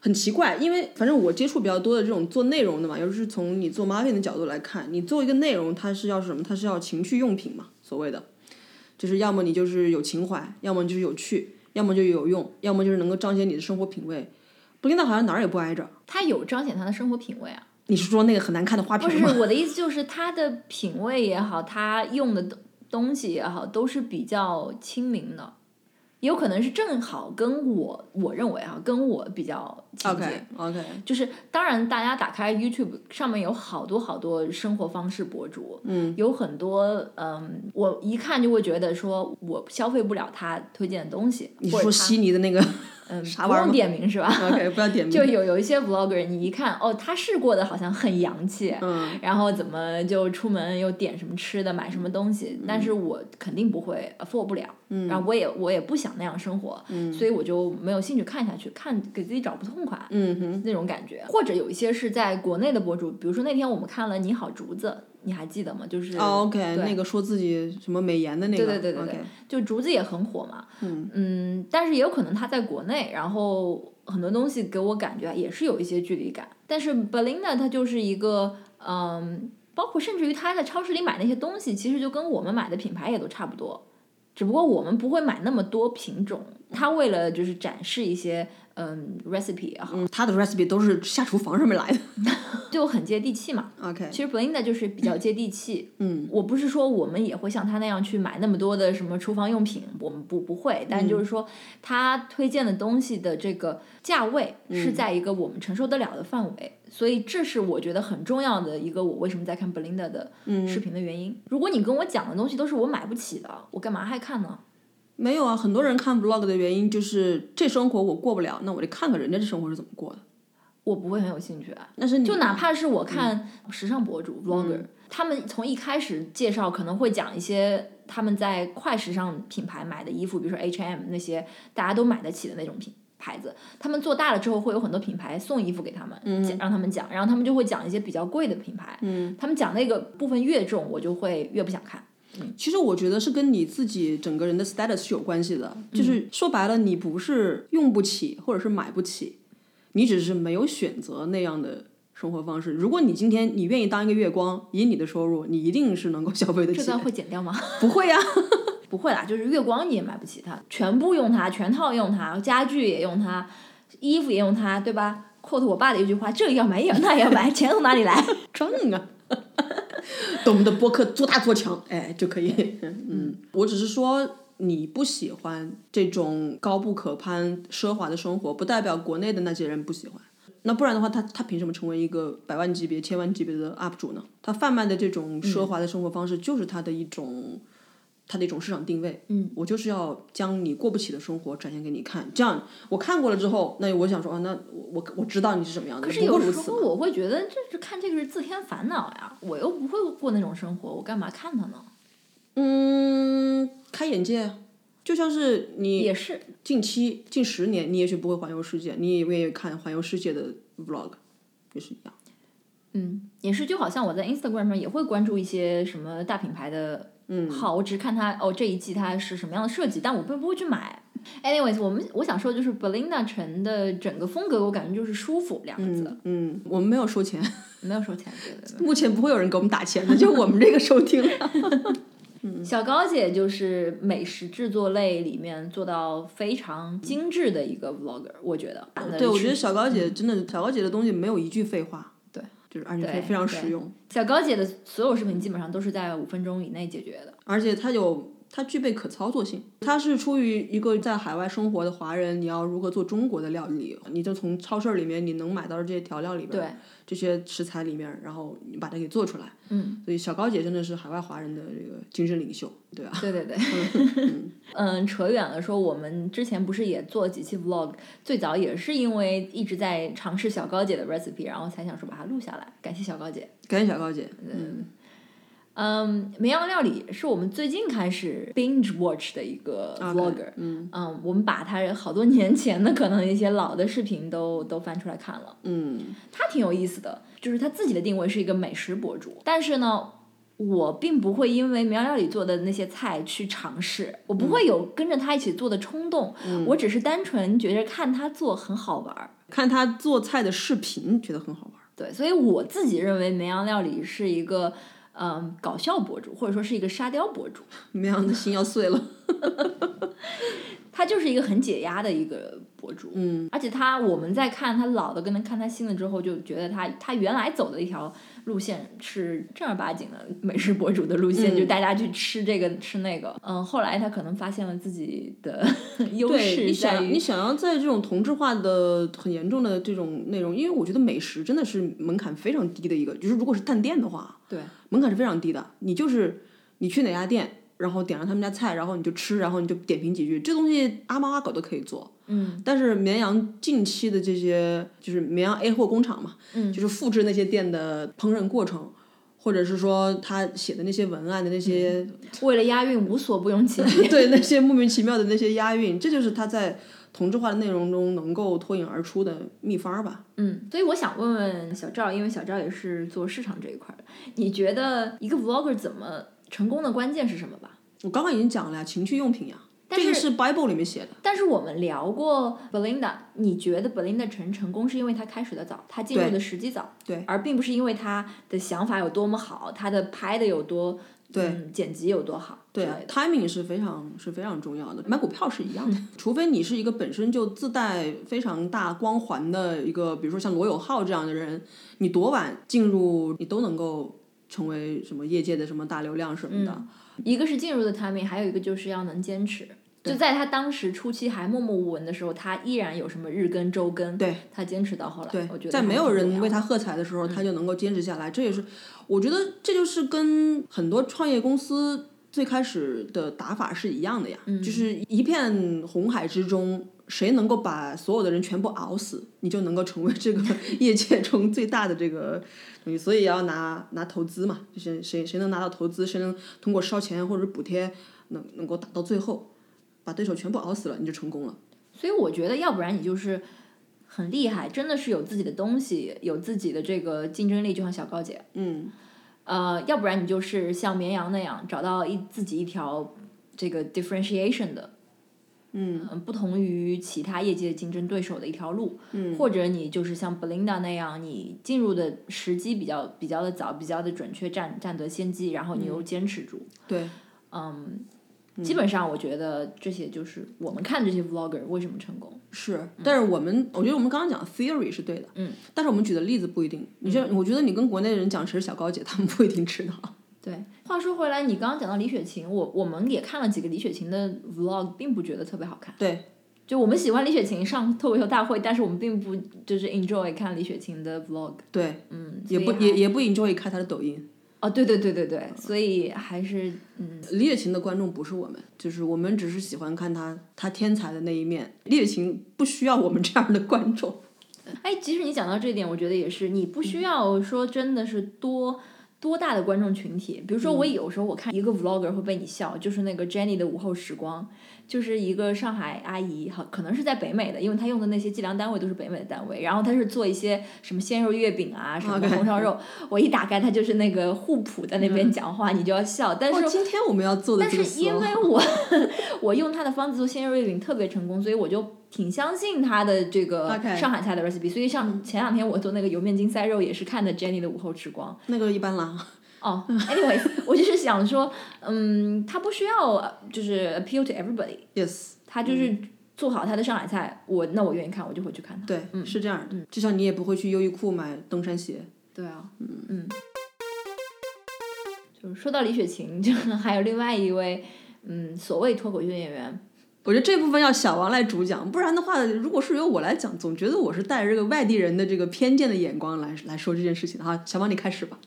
B: 很奇怪，因为反正我接触比较多的这种做内容的嘛，尤其是从你做 marketing 的角度来看，你做一个内容，它是要什么？它是要情趣用品嘛，所谓的，就是要么你就是有情怀，要么就是有趣，要么就有用，要么就是能够彰显你的生活品味。布琳达好像哪儿也不挨着，
A: 他有彰显他的生活品味啊。
B: 你是说那个很难看的花瓶
A: 不
B: 吗？
A: 是我的意思，就是他的品味也好，他用的东东西也好，都是比较亲民的，也有可能是正好跟我我认为哈、跟我比较亲 近。
B: OK OK，
A: 就是当然，大家打开 YouTube 上面有好多好多生活方式博主，嗯，有很多嗯，我一看就会觉得说我消费不了他推荐的东西，
B: 你是
A: 或者
B: 说
A: 他
B: 悉尼的那 个
A: 嗯
B: 啥
A: 不
B: 玩意
A: 用
B: 儿吗
A: 点名是吧？
B: ？OK，不要点名。
A: 就有有一些 vlogger，你一看哦，他试过的好像很洋气，
B: 嗯，
A: 然后怎么就出门又点什么吃的，买什么东西，但是
B: 嗯
A: 我肯定不会 afford 不了，嗯，然后我也我也不想那样生活，嗯，所以我就没有兴趣看下去，看给自己找不痛快，
B: 嗯哼，
A: 那种感觉，或者有一些是在国内的博主，比如说那天我们看了《你好竹子》，你还记得吗？就是
B: 哦，OK，
A: 对
B: 那个说自己什么美颜的那个，
A: 对对对对对
B: o k
A: 就竹子也很火嘛，
B: 嗯
A: 但是也有可能他在国内，然后很多东西给我感觉也是有一些距离感。但是 Belinda 她就是一个，嗯，包括甚至于她在超市里买那些东西，其实就跟我们买的品牌也都差不多，只不过我们不会买那么多品种。她为了就是展示一些嗯 recipe 也好，
B: 嗯，他的 recipe 都是下厨房上面来的
A: 就很接地气嘛。
B: ，OK，
A: 其实 Belinda 就是比较接地气，
B: 嗯，
A: 我不是说我们也会像他那样去买那么多的什么厨房用品，我们不不会，但就是说他推荐的东西的这个价位是在一个我们承受得了的范围，所以这是我觉得很重要的一个我为什么在看 Belinda 的视频的原因。如果你跟我讲的东西都是我买不起的，我干嘛还看呢？
B: 没有啊，很多人看 vlog 的原因就是这生活我过不了，那我就看看人家这生活是怎么过的。
A: 我不会很有兴趣啊、
B: 但是你嗯
A: 就哪怕是我看时尚博主 vlogger，、他们从一开始介绍可能会讲一些他们在快时尚品牌买的衣服，比如说 H&M 那些大家都买得起的那种品牌子，他们做大了之后会有很多品牌送衣服给他们，
B: 嗯
A: 讲让他们讲，然后他们就会讲一些比较贵的品牌，嗯，他们讲那个部分越重，我就会越不想看。
B: 其实我觉得是跟你自己整个人的 status 是有关系的，就是说白了，你不是用不起或者是买不起，你只是没有选择那样的生活方式。如果你今天你愿意当一个月光，以你的收入，你一定是能够消费得
A: 这
B: 起。
A: 段会剪掉吗？
B: 不会呀、
A: 不会啦，就是月光你也买不起它，全部用它，全套用它，家具也用它，衣服也用它，对吧？quote 我爸的一句话，这也要买，也 要那也要买，钱从哪里来？
B: 正啊！ 等我们的播客做大做强，哎，就可 以。嗯，我只是说你不喜欢这种高不可攀、奢华的生活，不代表国内的那些人不喜欢。那不然的话，他他凭什么成为一个百万级别、千万级别的 UP 主呢？他贩卖的这种奢华的生活方式，就是他的一种，他的一种市场定位。嗯，我就是要将你过不起的生活展现给你看，这样我看过了之后，那我想说啊，那我我我知道你是什么样的，
A: 可是
B: 不过
A: 有
B: 啊如
A: 时
B: 此
A: 候我会觉得，这是看这个是自添烦恼呀，我又不会过那种生活，我干嘛看它呢？
B: 嗯，开眼界，就像是你
A: 也是，
B: 近期近十年，你也许不会环游世界，你也愿意看环游世界的 vlog，也是一样。
A: 嗯，也是，就好像我在 Instagram 上也会关注一些什么大品牌的
B: 嗯
A: 号，我只是看它哦这一季它是什么样的设计，但我并不会去买。Anyways，我们我想说的就是 Belinda 陈的整个风格，我感觉就是舒服两个字，
B: 嗯嗯，我们没有收钱，
A: 没有收钱。对对
B: 目前不会有人给我们打钱的，就我们这个收听。
A: 对，小高姐就是美食制作类里面做到非常精致的一个 vlogger，我觉得。
B: 对，我觉得小高姐真的，小高姐的东西没有一句废话，
A: 嗯对，
B: 就是而且非
A: 对
B: 非常
A: 对
B: 实用，
A: 小高姐的所有视频基本上都是在五分钟以内解决 的。
B: 而且它有。它具备可操作性，它是出于一个在海外生活的华人，你要如何做中国的料理，你就从超市里面你能买到的这些调料里边，
A: 对，
B: 这些食材里面，然后你把它给做出来。
A: 嗯，
B: 所以小高姐真的是海外华人的这个精神领袖，对吧？啊
A: 对对对， 嗯，扯远了说，我们之前不是也做了几期 vlog，最早也是因为一直在尝试小高姐的 recipe，然后才想说把它录下来，感谢小高姐。
B: 感谢小高姐。
A: 呃
B: 嗯，
A: 嗯，绵阳料理是我们最近开始 binge watch 的一个 vlogger，、
B: 嗯
A: 嗯，我们把他好多年前的可能一些老的视频都都翻出来看了。
B: 嗯
A: 他挺有意思的，就是他自己的定位是一个美食博主，但是呢，我并不会因为苗料理做的那些菜去尝试，我不会有跟着他一起做的冲动，我只是单纯觉得看他做很好玩儿。
B: 看她做菜的视频，觉得很好玩。
A: 对，所以我自己认为绵阳料理是一个，嗯，搞笑博主，或者说是一个沙雕博主，
B: 绵羊的心要碎了。
A: 他就是一个很解压的一个博主。
B: 嗯，
A: 而且他我们在看他老的跟看他新的之后，就觉得他他原来走的一条路线是正儿八经的美食博主的路线，
B: 嗯
A: 就带大家去吃这个吃那个。嗯，后来他可能发现了自己的 优
B: 对，你
A: 势在
B: 想
A: 于
B: 你想要在这种同质化的很严重的这种内容，因为我觉得美食真的是门槛非常低的一个，就是如果是探店的话，
A: 对
B: 门槛是非常低的。你就是你去哪家店，然后点上他们家菜，然后你就吃，然后你就点评几句，这东西阿猫阿狗都可以做。
A: 嗯，
B: 但是绵阳近期的这些就是绵阳 A 货工厂嘛，
A: 嗯
B: 就是复制那些店的烹饪过程，或者是说他写的那些文案的那
A: 嗯
B: 些，
A: 为了押韵无所不用其极。
B: 对那些莫名其妙的那些押韵，这就是他在同质化的内容中能够脱颖而出的秘方儿吧。
A: 嗯，所以我想问问小赵，因为小赵也是做市场这一块的，你觉得一个 vlogger 怎么成功的关键是什么吧？
B: 我刚刚已经讲了呀，情趣用品呀，
A: 但
B: 这个
A: 是
B: 是 Bible 里面写的。
A: 但是我们聊过 Belinda，你觉得 Belinda 成成功是因为她开始的早，她进入的时机早，
B: 对，
A: 而并不是因为她的想法有多么好，她的拍的有多，
B: 对
A: 嗯，剪辑有多好，
B: 对啊，timing 是非常是非常重要的，买股票是一样
A: 嗯
B: 的，除非你是一个本身就自带非常大光环的一个，比如说像罗永浩这样的人，你多晚进入你都能够成为什么业界的什么大流量什么的。
A: 一个是进入的 timing，还有一个就是要能坚持。就在她当时初期还默默无闻的时候，她依然有什么日更、周更，
B: 对，
A: 她坚持到后来，
B: 对
A: 我觉，得
B: 在
A: 还
B: 没
A: 挺
B: 有
A: 重
B: 人
A: 要
B: 为
A: 的嗯
B: 他喝彩的时候，他就能够坚持下来。这也是我觉得这就是跟很多创业公司最开始的打法是一样的呀，
A: 嗯
B: 就是一片红海之中。谁能够把所有的人全部熬死，你就能够成为 这个业界中最大的这个东西。所以也要拿拿投资嘛，就是谁谁能拿到投资，谁能通过烧钱或者补贴能能够打到最后，把对手全部熬死了，你就成功了。
A: 所以我觉得，要不然你就是很厉害，真的是有自己的东西，有自己的这个竞争力，就像小高姐，
B: 嗯，
A: 呃，要不然你就是像绵羊那样，找到一自己一条这个 differentiation 的，嗯、不同于其他业界竞争对手的一条路，嗯，或者你就是像 Belinda 那样，你进入的时机比较比较的早，比较的准确，占占得先机，然后你又坚持住，
B: 对，
A: 嗯，基本上我觉得这些就是我们看这些 vlogger 为什么成功，
B: 是，但是我们，我觉得我们刚刚讲的 theory 是对的，
A: 嗯，
B: 但是我们举的例子不一定。你像，我觉得你跟国内人讲谁是小高姐，他们不一定知道。
A: 嗯对，话说回来，你刚刚讲到李雪琴，我我们也看了几个李雪琴的 vlog，并不觉得特别好看。
B: 对，
A: 就我们喜欢李雪琴上脱口秀大会，但是我们并不就是 enjoy 看李雪琴的 vlog。
B: 对，
A: 嗯，
B: 也不
A: 所以还
B: 也也不 enjoy 看她的抖音。
A: 哦，对对对对对，所以还是嗯，
B: 李雪琴的观众不是我们，就是我们只是喜欢看她她天才的那一面。李雪琴不需要我们这样的观众。
A: 哎，其实你讲到这一点，我觉得也是，你不需要说真的是多。多大的观众群体？比如说，我有时候我看一个 vlogger 会被你笑，就是那个 Jenny 的午后时光，就是一个上海阿姨，好可能是在北美的，因为她用的那些计量单位都是北美的单位。然后她是做一些什么鲜肉月饼啊，什么
B: OK
A: 红烧肉。我一打开，她就是那个互普在那边讲话，你就要笑。 但是
B: 哦，今天我们要做的
A: 但
B: 这个哦
A: 是因
B: slogan
A: 为我我用他的方子做鲜肉月饼特别成功，所以我就挺相信他的这个
B: OK
A: 上海菜的 recipe。所以上前两天我做那个油面筋塞肉也是看的 Jenny 的午后时光。
B: 那个一般啦，
A: 哦、a n y w a y s 我就是想说，嗯，他不需要呃就是 appeal to everybody，
B: yes。
A: 他就是做好他的上海菜，我那我愿意看，我就会去看他。
B: 对，是这样的。
A: 嗯
B: 就像你也不会去优衣库买登山鞋，
A: 对啊，嗯嗯。就是说到李雪琴，就还有另外一位，嗯，所谓脱口秀演员，
B: 我觉得这部分要小王来主讲，不然的话，如果是由我来讲，总觉得我是带着这个外地人的这个偏见的眼光来来说这件事情的哈。小王，你开始吧。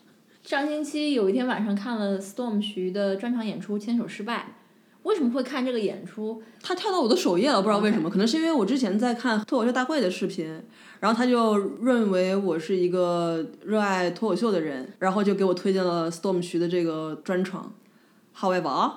A: 上星期有一天晚上看了 Storm 徐的专场演出《牵手失败》，为什么会看这个演出？
B: 他跳到我的首页了，不知道为什么，可能是因为我之前在看脱口秀大会的视频，然后他就认为我是一个热爱脱口秀的人，然后就给我推荐了 Storm 徐的这个专场。However，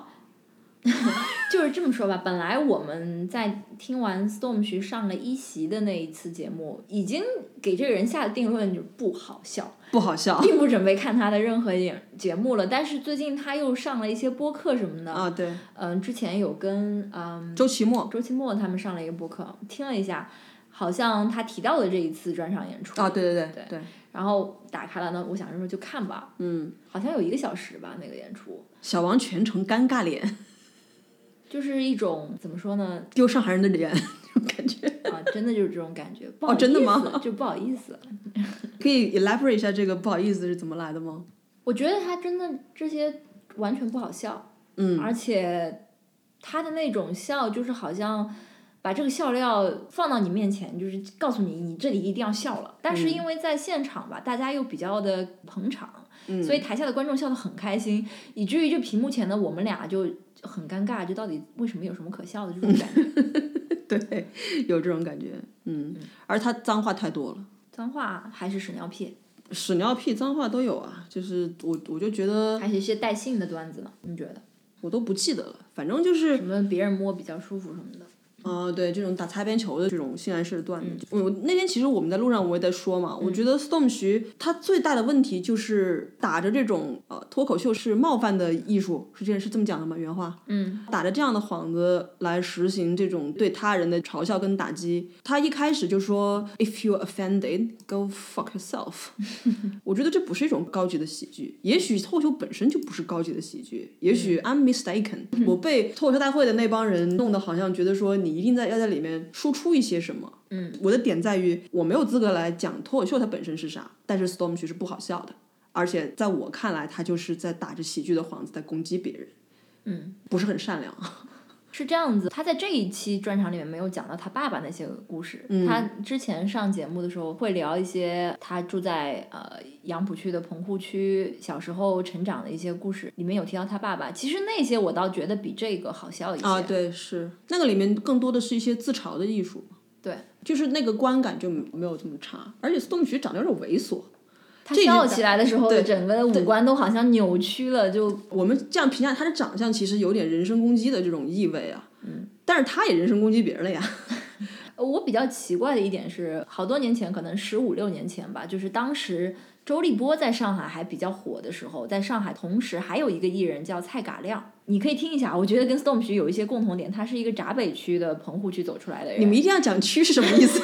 A: 就是这么说吧，本来我们在听完 Storm 徐上了一席的那一次节目，已经给这个人下的定论就是不好笑，
B: 不好 笑
A: 并不准备看他的任何演节目了。但是最近他又上了一些播客什么的，
B: 啊，对，
A: 嗯，之前有跟嗯
B: 周奇墨
A: 周奇墨他们上了一个播客，听了一下，好像他提到了这一次专场演出，
B: 啊，对对对对，
A: 然后打开了呢，我想着说就看吧。
B: 嗯。
A: 好像有一个小时吧，那个演出
B: 小王全程尴尬脸，
A: 就是一种怎么说呢？
B: 丢上海人的脸，这种感觉。
A: 啊，真的就是这种 感觉，不
B: 哦
A: 好意思，
B: 真的 吗
A: 就不好意思。
B: 可以 elaborate 一下这个不好意思是怎么来的吗？
A: 我觉得他真的这些完全不好笑，
B: 嗯，
A: 而且他的那种笑就是好像把这个笑料放到你面前，就是告诉你你这里一定要笑
B: 嗯
A: 了。但是因为在现场吧，大家又比较的捧场，
B: 嗯
A: 所以台下的观众笑得很开心，以至于这屏幕前的我们俩就很尴尬，就到底为什么有什么可笑的这种感觉。
B: 对，有这种感觉。嗯，而他脏话太多了，
A: 脏话还是屎尿屁，
B: 屎尿屁脏话都有啊。就是我我就觉得
A: 还是一些带性的段子呢？你觉得？
B: 我都不记得了，反正就是
A: 什么别人摸比较舒服什么的？
B: 啊、对这种打擦边球的这种性暗示的段子，我、那天其实我们在路上我也在说嘛，我觉得 Storm 徐他最大的问题就是打着这种呃脱口秀是冒犯的艺术，是这是这么讲的吗？原话，
A: 嗯，
B: 打着这样的幌子来实行这种对他人的嘲笑跟打击，他一开始就说 If you offended, go fuck yourself 。我觉得这不是一种高级的喜剧，也许脱口秀本身就不是高级的喜剧，也许 I'm mistaken，、我被脱口秀大会的那帮人弄得好像觉得说你一定在要在里面输出一些什么。嗯，我的点在于我没有资格来讲脱口秀它本身是啥，但是 Storm 徐是不好笑的，而且在我看来，他就是在打着喜剧的幌子在攻击别人。
A: 嗯，
B: 不是很善良。啊
A: 是这样子。他在这一期专场里面没有讲到他爸爸那些故事。
B: 嗯
A: 他之前上节目的时候会聊一些他住在呃杨浦区的棚户区小时候成长的一些故事，里面有提到他爸爸。其实那些我倒觉得比这个好笑一些。
B: 啊，对，是那个里面更多的是一些自嘲的艺术，
A: 对，
B: 就是那个观感就没有这么差，而且宋徐长得有点猥琐。
A: 他
B: 已经
A: 笑
B: 在
A: 起来的时候，
B: 对
A: 整个的五官都好像扭曲了，就
B: 我们这样评价他的长相，其实有点人身攻击的这种意味啊。嗯，但是他也人身攻击别人了呀。
A: 呃我比较奇怪的一点是，好多年前，可能十五六年前吧，就是当时周立波在上海还比较火的时候，在上海同时还有一个艺人叫蔡嘎亮，你可以听一下，我觉得跟 Storm 徐有一些共同点，他是一个闸北区的棚户区走出来的人。
B: 你们一定要讲区是什么意思？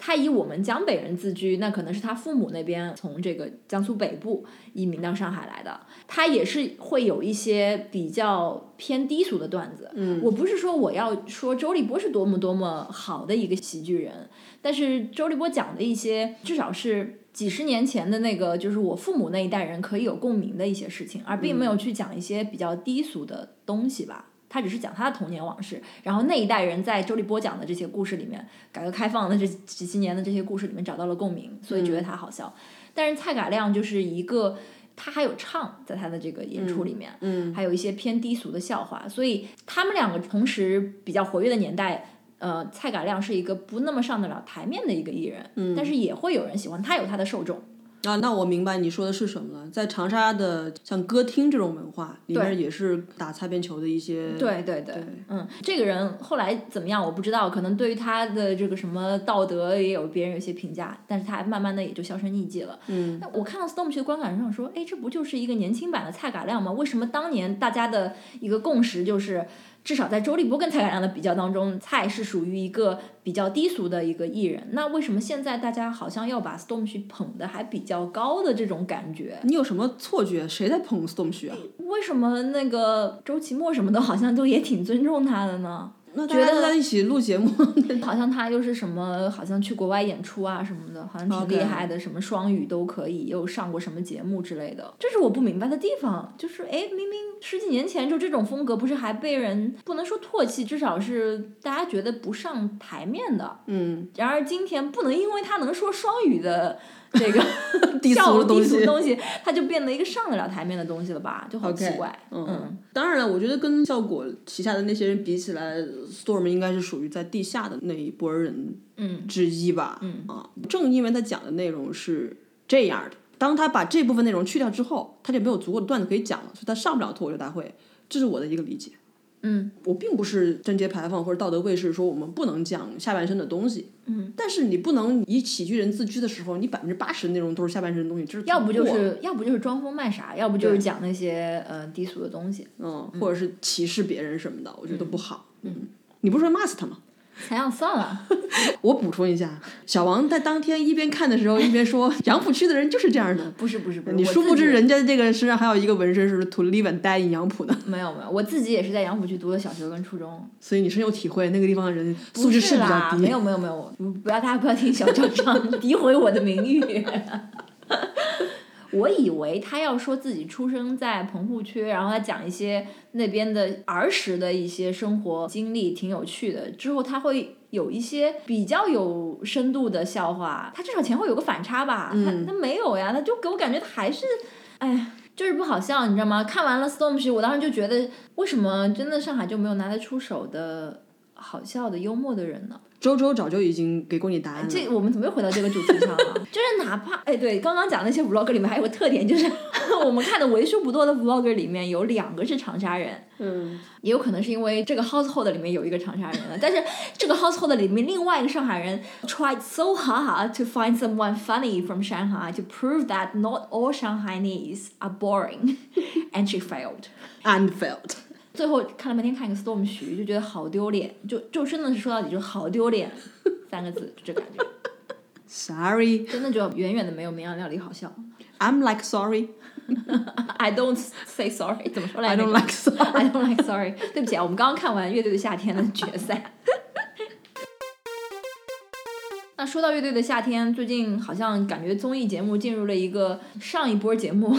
A: 他以我们江北人自居，那可能是他父母那边从这个江苏北部移民到上海来的。他也是会有一些比较偏低俗的段子。嗯，我不是说我要说周立波是多么多么好的一个喜剧人，但是周立波讲的一些至少是。几十年前的那个，就是我父母那一代人可以有共鸣的一些事情，而并没有去讲一些比较低俗的东西吧。他只是讲他的童年往事，然后那一代人在周立波讲的这些故事里面，改革开放的这几十年的这些故事里面找到了共鸣，所以觉得他好笑。但是蔡改亮就是一个，他还有唱在他的这个演出里面，
B: 嗯，
A: 还有一些偏低俗的笑话，所以他们两个同时比较活跃的年代。呃，蔡改亮是一个不那么上得了台面的一个艺人，嗯、但是也会有人喜欢他，有他的受众。
B: 啊，那我明白你说的是什么了。在长沙的像歌厅这种文化里面，也是打擦边球的一些。
A: 对对对，嗯，这个人后来怎么样我不知道，可能对于他的这个什么道德也有别人有一些评价，但是他慢慢的也就销声匿迹了。嗯，那我看到 Storm 去的观感上说，哎，这不就是一个年轻版的蔡嘎亮吗？为什么当年大家的一个共识就是，至少在周立波跟蔡嘎亮的比较当中，蔡是属于一个比较低俗的一个艺人，那为什么现在大家好像要把 Storm 去捧的还比较高的这种感觉？
B: 你有什么错觉？谁在捧 Storm 徐啊？
A: 为什么那个周奇墨什么的，好像都也挺尊重他的呢？
B: 那大
A: 觉
B: 家
A: 得
B: 都在一起录节目，
A: 好像他又是什么，好像去国外演出啊什么的，好像挺
B: OK
A: 厉害的，什么双语都可以，又上过什么节目之类的。这是我不明白的地方，就是哎，明明十几年前就这种风格，不是还被人不能说唾弃，至少是大家觉得不上台面的。
B: 嗯，
A: 然而今天不能因为他能说双语 的这个
B: 低
A: 笑
B: 俗的
A: 低
B: 东
A: 俗
B: 西。
A: 东西，他就变得一个上得了台面的东西了吧？就好奇
B: OK，
A: 怪。
B: 嗯
A: 嗯
B: 当然了，我觉得跟效果旗下的那些人比起来，Storm 应该是属于在地下的那一波人
A: 嗯
B: 之一吧。
A: 嗯
B: 啊，正因为他讲的内容是这样的，当他把这部分内容去掉之后，他就没有足够的段子可以讲了，所以他上不了脱口秀大会。这是我的一个理解。
A: 嗯
B: 我并不是贞节牌坊或者道德卫士说我们不能讲下半身的东西，
A: 嗯，
B: 但是你不能以喜剧人自居的时候，你百分之八十内容都是下半身的东西，这是
A: 要不就
B: 过
A: 是要不就是装疯卖傻，要不就是
B: 对
A: 讲那些呃低俗的东西，
B: 嗯，或者是歧视别人什么的，我觉得不好。嗯，你不是说骂死他吗？
A: 才要算了。
B: 我补充一下，小王在当天一边看的时候一边说，杨浦区的人就是这样的。
A: 不是不是不是，
B: 你
A: 我
B: 殊不
A: 自己
B: 知人家这个身上还有一个纹身，是 “to live and die in 杨浦”呢，
A: 没有没有，我自己也是在杨浦区读的小学跟初中，
B: 所以你深有体会，那个地方的人
A: 不
B: 素质
A: 是
B: 比
A: 啦
B: 较，低。
A: 没有没有没有，我不要大家不要听小张 张诋毁我的名誉。 我以为他要说自己出生在棚户区，然后他讲一些那边的儿时的一些生活经历，挺有趣的。之后他会有一些比较有深度的笑话，他至少前后有个反差吧。
B: 嗯
A: 他他没有呀，他就给我感觉他还是，哎呀，就是不好笑，你知道吗？看完了《Storm》时，我当时就觉得，为什么真的上海就没有拿得出手的好笑的幽默的人呢？哎
B: 周周早就已经给过你答案了。
A: 这我们怎么又回到这个主题上了？ 就是哪怕哎，对，刚刚讲那些 vlog 里面还有个特点，就是 我们看的为数不多的 vlog 里面有两个是长沙人，
B: 嗯，
A: 也有可能是因为这个 household 里面有一个长沙人了，但是这个 household 里面另外一个上海人 tried so hard to find someone funny from Shanghai to prove that not all Shanghainese are boring, and she failed.
B: and failed。
A: 最后看了半天，看一个 storm 徐就觉得好丢脸，就就真的是说到底就是好丢脸三个字，就这感觉。
B: Sorry,
A: 真的就远远的没有绵阳料理好笑。
B: I'm like sorry.
A: I don't say sorry，怎么说来
B: I
A: 着
B: don't like sorry.
A: I don't like sorry。对不起啊，我们刚刚看完乐队的夏天的决赛。 那说到乐队的夏天，最近好像感觉综艺节目进入了一个上一波节目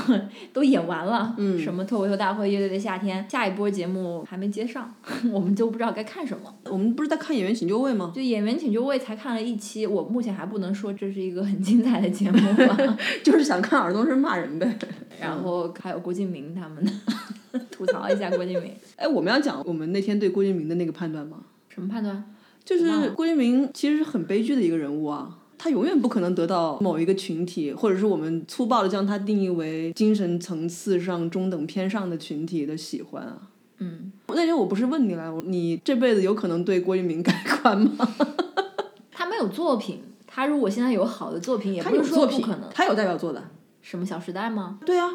A: 都演完了，嗯，什么脱口秀大会、乐队的夏天，下一波节目还没接上， 我们就不知道该看什么。
B: 我们不是在看演员请就位吗？
A: 就演员请就位才看了一期，我目前还不能说这是一个很精彩的节目 吧。
B: 就是想看尔冬升骂人呗。
A: 然后还有郭敬明他们的 吐槽一下郭敬明，
B: 哎，我们要讲我们那天对郭敬明的那个判断吗？
A: 什么判断？
B: 就是郭敬明其实是很悲剧的一个人物啊，他永远不可能得到某一个群体，或者是我们粗暴的将他定义为精神层次上中等偏上的群体的喜欢啊。
A: 嗯，
B: 那天我不是问你来，我你这辈子有可能对郭敬明改观吗？
A: 他没有作品，他如果现在有好的作品， 也
B: 他
A: 不
B: 有
A: 是说
B: 作
A: 不
B: 品
A: 可能。，嗯
B: 他有代表作的。
A: 什么《小时代》吗？
B: 对啊，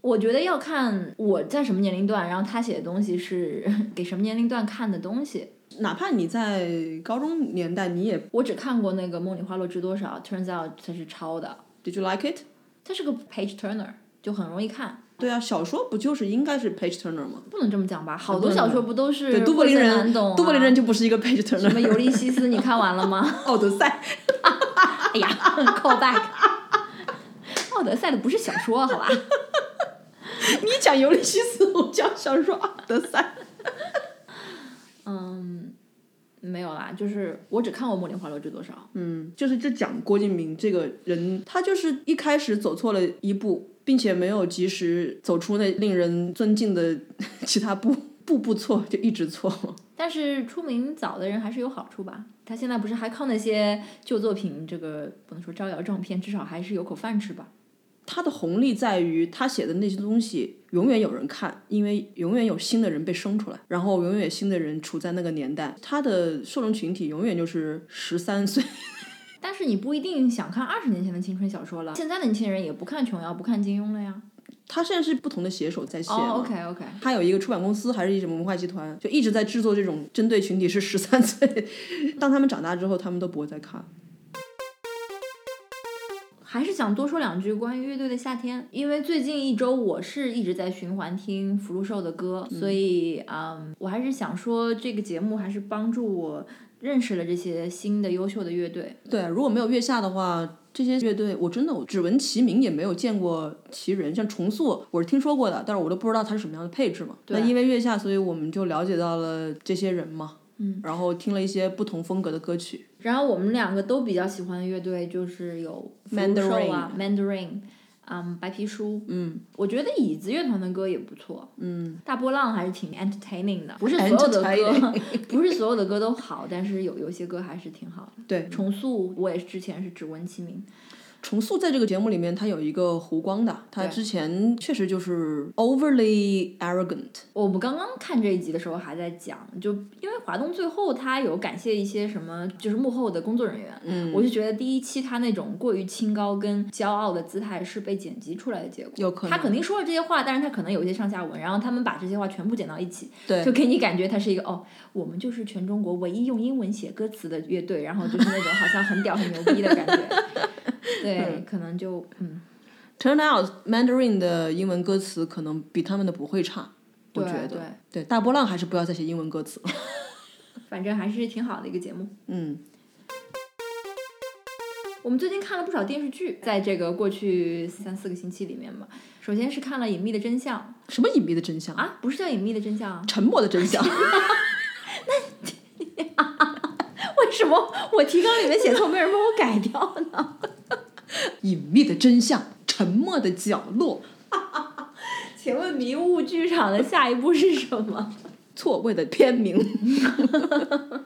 A: 我觉得要看我在什么年龄段，然后他写的东西是 给什么年龄段看的东西。
B: 哪怕你在高中年代，你也
A: 我只看过那个《梦里花落知多少》，turns out 它是抄的，
B: Did you
A: 嗯
B: like it？
A: 它是个 page turner，就很容易看。
B: 对啊，小说不就是应该是 page turner 吗？
A: 不能这么讲吧？好
B: 不
A: 多
B: 能
A: 小说不都是
B: 对，都柏林
A: 晦涩
B: 人
A: 难，懂啊
B: 都柏林人就不是一个 page
A: 什
B: turner。
A: 么《尤利西斯》，你看完了 吗？
B: 奥德赛，
A: 哎呀 ，call back。奥德赛的不是小说，好吧？
B: 你讲尤利西斯，我讲小说奥德赛。
A: 嗯，没有啦，就是我只看过《梦里花落知多少》。
B: 嗯，就是就讲郭敬明这个人，他就是一开始走错了一步，并且没有及时走出那令人尊敬的 其他步，步步错就一直错。
A: 但是出名早的人还是有好处吧？他现在不是还靠那些旧作品，这个不能说招摇撞骗，至少还是有口饭吃吧？
B: 他的红利在于他写的那些东西永远有人看，因为永远有新的人被生出来，然后永远有新的人处在那个年代，他的受众群体永远就是十三岁。
A: 但是你不一定想看二十年前的青春小说了，现在的年轻人也不看琼瑶，不看金庸了呀。
B: 他现在是不同的写手在写嘛
A: 哦，OK OK，
B: 他有一个出版公司，还是一什么文化集团，就一直在制作这种针对群体是十三岁。 当他们长大之后，他们都不会再看。
A: 还是想多说两句关于乐队的夏天，因为最近一周我是一直在循环听福禄寿的歌，所以嗯，我还是想说这个节目还是帮助我认识了这些新的优秀的乐队。
B: 对，如果没有月下的话，这些乐队我真的我只闻其名，也没有见过其人。像重塑，我是听说过的，但是我都不知道它是什么样的配置嘛。那因为月下，所以我们就了解到了这些人嘛。嗯，然后听了一些不同风格的歌曲。
A: 然后我们两个都比较喜欢的乐队就是有福禄寿啊，Mandarin，嗯，白皮书，嗯，我觉得椅子乐团的歌也不错，嗯，大波浪还是挺 entertaining 的，不是所有的歌， 不是所有的歌都好，但是有有些歌还是挺好的。
B: 对，
A: 重塑我也是之前是只闻其名，
B: 重塑在这个节目里面，他有一个湖光的，他之前确实就是 overly arrogant。
A: 我们刚刚看这一集的时候还在讲，就因为华东最后他有感谢一些什么，就是幕后的工作人员，嗯，我就觉得第一期他那种过于清高跟骄傲的姿态是被剪辑出来的结果，
B: 有可能
A: 他肯定说了这些话，但是他可能有一些上下文，然后他们把这些话全部剪到一起，
B: 对
A: 就给你感觉他是一个哦，我们就是全中国唯一用英文写歌词的乐队，然后就是那种好像很屌很牛逼的感觉， 对，可能就嗯，
B: Turn out Mandarin 的英文歌词可能比他们的不会差，我
A: 对
B: 觉得。
A: 对，
B: 对大波浪还是不要再写英文歌词 了。
A: 反正还是挺好的一个节目。
B: 嗯，
A: 我们最近看了不少电视剧，在这个过去三四个星期里面嘛，首先是看了《隐秘的真相
B: 什么隐秘的真相》？
A: 啊，不是叫《隐秘的真相》啊？
B: 沉默的真相。
A: 为什么我提纲里面写错，没有人帮我改掉呢？
B: 隐秘的真相，沉默的角落，
A: 请问迷雾剧场的下一步是什么？
B: 错位的片名。
A: 《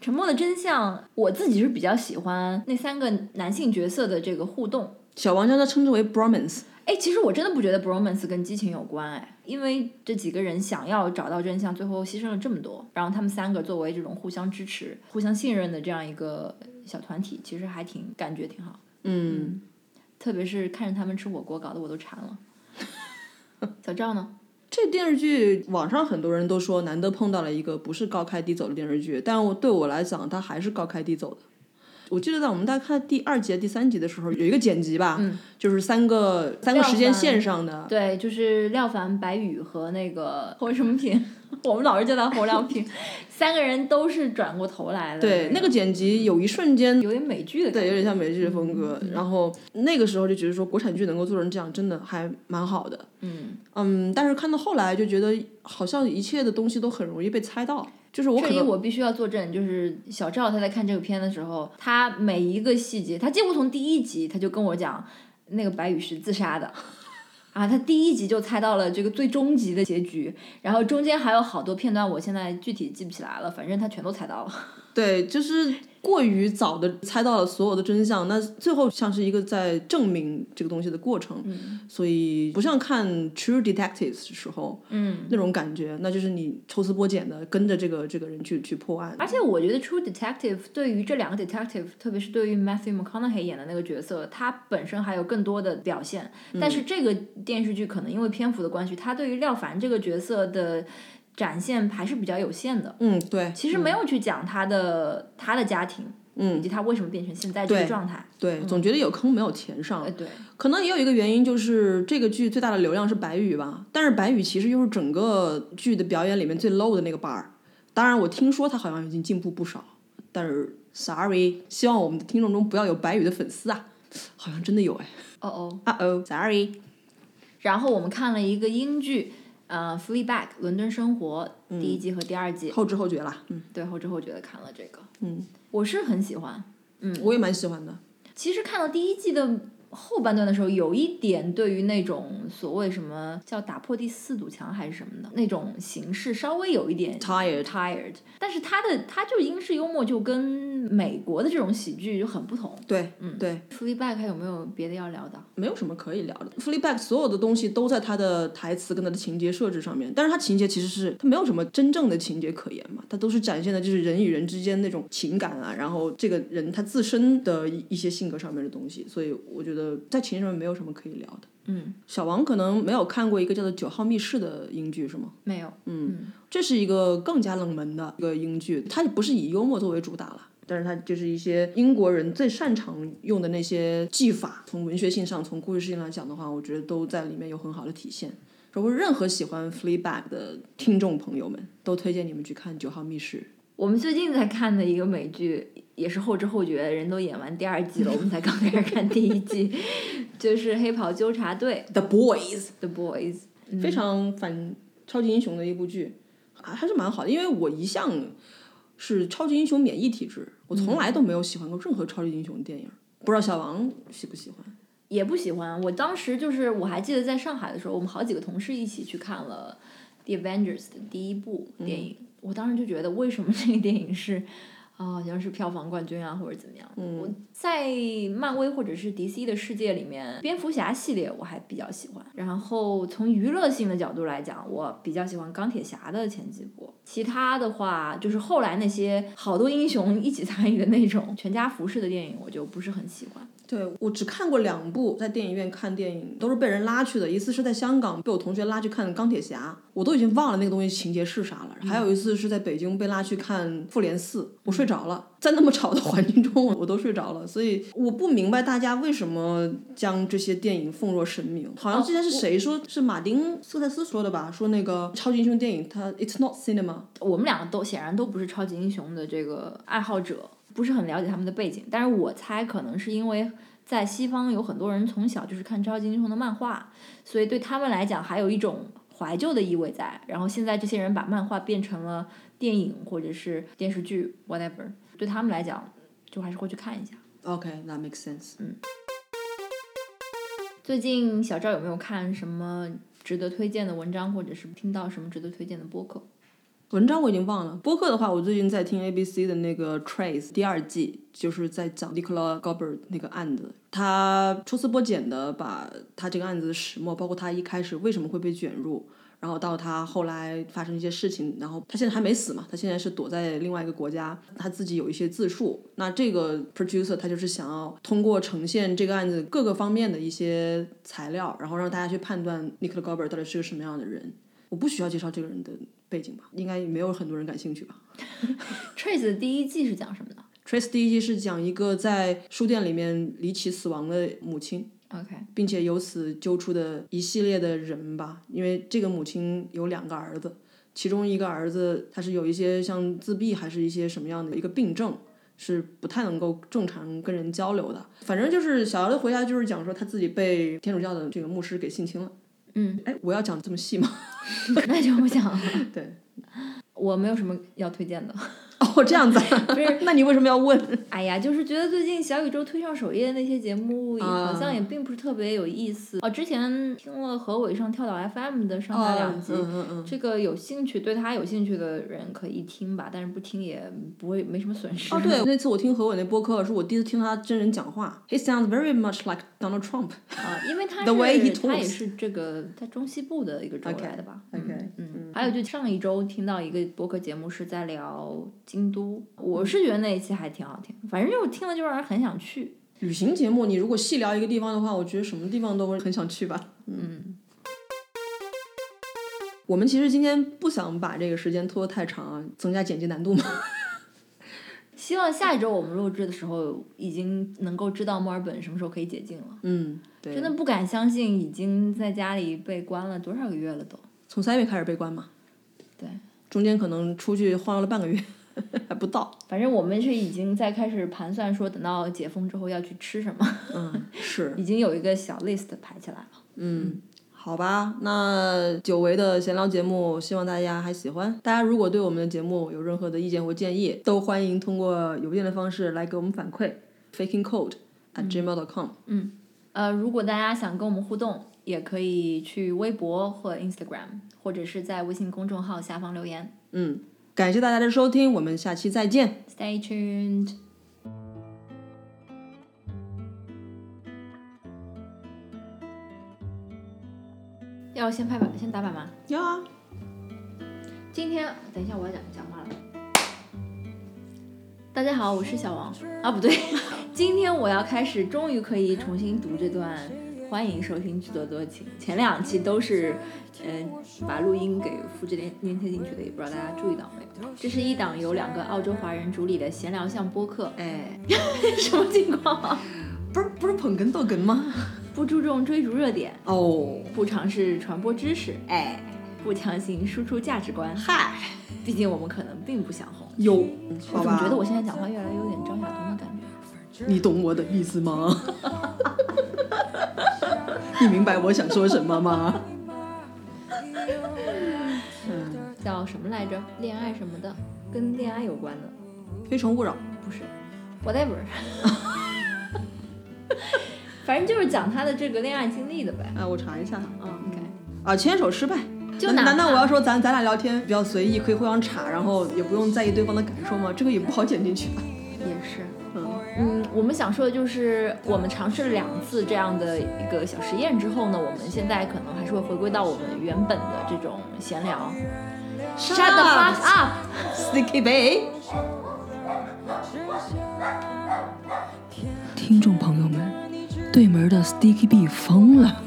A: 沉默的真相》，我自己是比较喜欢那三个男性角色的这个互动。
B: 小王将它称之为 bromance。
A: 哎，其实我真的不觉得 bromance 跟激情有关哎，因为这几个人想要找到真相，最后牺牲了这么多，然后他们三个作为这种互相支持、互相信任的这样一个小团体，其实还挺感觉挺好。
B: 嗯，
A: 特别是看着他们吃火锅，搞得我都馋了。小赵 呢？
B: 这电视剧网上很多人都说难得碰到了一个不是高开低走的电视剧，但我对我来讲，它还是高开低走的。我记得在我们大概看第二节、第三集的时候，有一个剪辑吧，
A: 嗯
B: 就是三个三个时间线上的，
A: 对，就是廖凡、白宇和那个侯什么平， 我们老是叫他侯亮平， 三个人都是转过头来的。
B: 对，那个剪辑有一瞬间，
A: 有点美剧的感
B: 对，有
A: 觉。
B: 点像美剧的风格。然后那个时候就觉得说，国产剧能够做成这样，真的还蛮好的。
A: 嗯，
B: 嗯，但是看到后来就觉得，好像一切的东西都很容易被猜到。就是我
A: 这
B: 可
A: 里
B: 能
A: 我必须要作证，就是小赵他在看这个片的时候，他每一个细节，他几乎从第一集他就跟我讲，那个白宇是自杀的。啊，他第一集就猜到了这个最终集的结局，然后中间还有好多片段，我现在具体记不起来了，反正他全都猜到了。
B: 对，就是过于早的猜到了所有的真相，那最后像是一个在证明这个东西的过程，所以不像看 True Detectives 的时候，嗯，那种感觉，那就是你抽丝剥茧的跟着这个这个人去去破案，
A: 而且我觉得《True Detective》对于这两个 detective，特别是对于 Matthew McConaughey 演的那个角色，他本身还有更多的表现。但
B: 嗯
A: 是这个电视剧可能因为篇幅的关系，他对于廖凡这个角色的展现还是比较有限的。
B: 嗯，对，
A: 其实没有去讲他的、他的家庭，嗯，以及他为什么变成现在这个状态。呃
B: 对，总觉得有坑没有填上，
A: 对，
B: 可能也有一个原因就是这个剧最大的流量是白宇吧，但是白宇其实又是整个剧的表演里面最 low 的那个 bar。当然，我听说他好像已经进步不少，但是 sorry，希望我们的听众中不要有白宇的粉丝啊，好像真的有哎，
A: 哦哦。
B: 啊哦，sorry，
A: 然后我们看了一个英剧，呃，《Fleabag》伦敦生活第一季和第二季，
B: 后知后觉啦，嗯
A: 对，后知后觉的看了这个，
B: 嗯，
A: 我是很喜欢。
B: 嗯，我也蛮喜欢的，
A: 其实看到第一季的后半段的时候，有一点对于那种所谓什么叫打破第四堵墙还是什么的那种形式，稍微有一点
B: Tired
A: tired。但是它的它就英式幽默就跟美国的这种喜剧就很不同。
B: 对，对，
A: f l e b a c k 还有没有别的要聊的？
B: 没有什么可以聊的。f l e e b a c k 所有的东西都在他的台词跟他的情节设置上面，但是他情节其实是他没有什么真正的情节可言嘛，他都是展现的就是人与人之间那种情感啊，然后这个人他自身的一一些性格上面的东西，所以我觉得在情节上面没有什么可以聊的。
A: 嗯，
B: 小王可能没有看过一个叫做《九号密室》的英剧是吗？
A: 没有。嗯，
B: 这是一个更加冷门的一个英剧，它不是以幽默作为主打了。但是它就是一些英国人最擅长用的那些技法，从文学性上，从故事性来讲的话，我觉得都在里面有很好的体现。如果任何喜欢 Fleabag 的听众朋友们，都推荐你们去看《九号密室
A: 我们最近在看的一个美剧，也是后知后觉，人都演完第二季了，我们才刚开始看第一季， 就是《黑袍纠察队》
B: The Boys》，
A: The Boys。
B: 非常反超级英雄的一部剧，还还是蛮好的。因为我一向是超级英雄免疫体质，我从来都没有喜欢过任何超级英雄电影。不知道小王喜不喜欢？
A: 也不喜欢。我当时就是我还记得在上海的时候，我们好几个同事一起去看了《The Avengers》的第一部电影。我当时就觉得，为什么这个电影是啊、好像是票房冠军啊，或者怎么样？我在漫威或者是 DC 的世界里面，蝙蝠侠系列我还比较喜欢。然后从娱乐性的角度来讲，我比较喜欢钢铁侠的前几部。其他的话，就是后来那些好多英雄一起参与的那种全家福式的电影，我就不是很喜欢。
B: 对我只看过两部，在电影院看电影都是被人拉去的。一次是在香港被我同学拉去看钢铁侠，我都已经忘了那个东西情节是啥了。还有一次是在北京被拉去看复联四，我睡着了，在那么吵的环境中，我都睡着了。所以我不明白大家为什么将这些电影奉若神明。好像之前是谁说，是马丁斯科塞斯说的吧？说那个超级英雄电影它 it's not cinema，
A: 我们两个都显然都不是超级英雄的这个爱好者，不是很了解他们的背景。但是我猜可能是因为在西方有很多人从小就是看超级英雄的漫画，所以对他们来讲还有一种怀旧的意味在。然后现在这些人把漫画变成了电影或者是电视剧 whatever，对他们来讲就还是会去看一下。
B: OK，that、makes sense。
A: 最近小赵有没有看什么值得推荐的文章，或者是听到什么值得推荐的播客？
B: 文章我已经忘了，播客的话，我最近在听 ABC 的那个《Trace》第二季，就是在讲 Nicola Gober 那个案子，他抽丝剥茧的把他这个案子的始末，包括他一开始为什么会被卷入，然后到他后来发生一些事情，然后他现在还没死嘛，他现在是躲在另外一个国家，他自己有一些自述。那这个 producer 他就是想要通过呈现这个案子各个方面的一些材料，然后让大家去判断 Nicola Gober 到底是个什么样的人。我不需要介绍这个人的背景吧，应该也没有很多人感兴趣吧。
A: 《Trace》的第一季是讲什么的
B: Trace 第一季是讲一个在书店里面离奇死亡的母亲，
A: ？OK，
B: 并且由此揪出的一系列的人吧，因为这个母亲有两个儿子，其中一个儿子他是有一些像自闭还是一些什么样的一个病症。是不太能够正常跟人交流的，反正就是小儿子回家就是讲说他自己被天主教的这个牧师给性侵了。
A: 嗯，
B: 哎，我要讲这么细吗？
A: 那就不讲了。
B: 对，
A: 我没有什么要推荐的。
B: 哦，哦，这样子，
A: 不是，
B: 那你为什么要问？
A: 哎呀，就是觉得最近小宇宙推上首页那些节目，
B: 啊
A: 好像也并不是特别有意思。哦，之前听了何伟上跳岛 FM 的上
B: 哦
A: 下两集，
B: 嗯嗯嗯，
A: 这个有兴趣对他有兴趣的人可以听吧，但是不听也不会没什么损失。
B: 哦，对，那次我听何伟那播客，是我第一次听他真人讲话。He sounds very much like Donald Trump。
A: 啊，因为他
B: The way he
A: 是他也
B: talks
A: 是这个在中西部的一个州来的吧
B: OK，
A: 嗯嗯，还有就上一周听到一个播客节目是在聊京都，
B: 嗯
A: 我是觉得那一期还挺好听，反正就是听了就让人很想去。
B: 旅行节目，你如果细聊一个地方的话，我觉得什么地方都会很想去吧。
A: 嗯，
B: 我们其实今天不想把这个时间拖得太长啊，增加剪辑难度嘛。
A: 希望下一周我们录制的时候已经能够知道墨尔本什么时候可以解禁了。
B: 嗯，对，
A: 真的不敢相信，已经在家里被关了多少个月了都。
B: 从三月开始被关嘛，
A: 对，
B: 中间可能出去晃悠了半个月， 还不到。
A: 反正我们是已经在开始盘算说，等到解封之后要去吃什么，
B: 嗯，是，
A: 已经有一个小 list 排起来了。
B: 嗯。好吧，那久违的闲聊节目，希望大家还喜欢。大家如果对我们的节目有任何的意见或建议，都欢迎通过邮件的方式来给我们反馈，fakingcode at gmail.com。
A: 呃，如果大家想跟我们互动，也可以去微博或 Instagram，或者是在微信公众号下方留言。
B: 嗯，感谢大家的收听，我们下期再见。
A: Stay tuned。要先拍板，先打板吗？
B: 要啊，
A: 今天等一下，我要讲讲话了。大家好，我是小王啊，不对， 今天我要开始，终于可以重新读这段。欢迎收听《剧多多情》，前两期都是，嗯、把录音给复制连连接进去的，也不知道大家注意到没有。这是一档由两个澳洲华人主理的闲聊向播客，
B: 哎，
A: 什么情况？
B: 不是不是捧哏逗哏吗？
A: 不注重追逐热点，
B: 哦，
A: 不尝试传播知识，
B: 哎，
A: 不强行输出价值观。
B: 嗨，
A: 毕竟我们可能并不想红。
B: 有，
A: 我
B: 好
A: 总
B: 吧，
A: 觉得我现在讲话越来越有点张亚东的感觉。
B: 你懂我的意思吗？ 你明白我想说什么吗？嗯，
A: 叫什么来着？恋爱什么的，跟恋爱有关的，
B: 非诚勿扰，
A: 不是，whatever，反正就是讲他的这个恋爱经历的呗。
B: 哎，我查一下
A: 嗯，OK，
B: 啊，牵手失败。
A: 就哪
B: 难难道
A: 怕
B: 我要说咱咱俩聊天比较随意，可以互相查，然后也不用在意对方的感受吗？这个也不好剪进去吧？
A: 也是。
B: 嗯，
A: 嗯，我们想说的就是，我们尝试了两次这样的一个小实验之后呢，我们现在可能还是会回归到我们原本的这种闲聊。Shut the fuck up！
B: up，Sticky Bay。
C: 听众朋友们，对门的 Sticky B 疯了。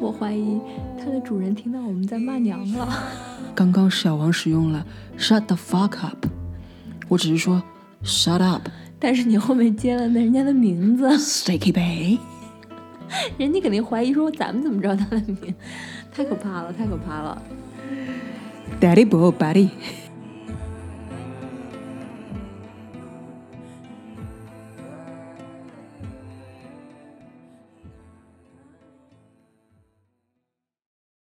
A: 我怀疑它的主人听到我们在骂娘了。
C: 刚刚小王使用了 “shut the fuck up”，我只是说 “shut up”。
A: 但是你后面接了人家的名字，
C: Sticky B，
A: 人家肯定怀疑说咱们怎么知道他的名，太可怕了，太可怕了。
C: Daddy Boy Buddy。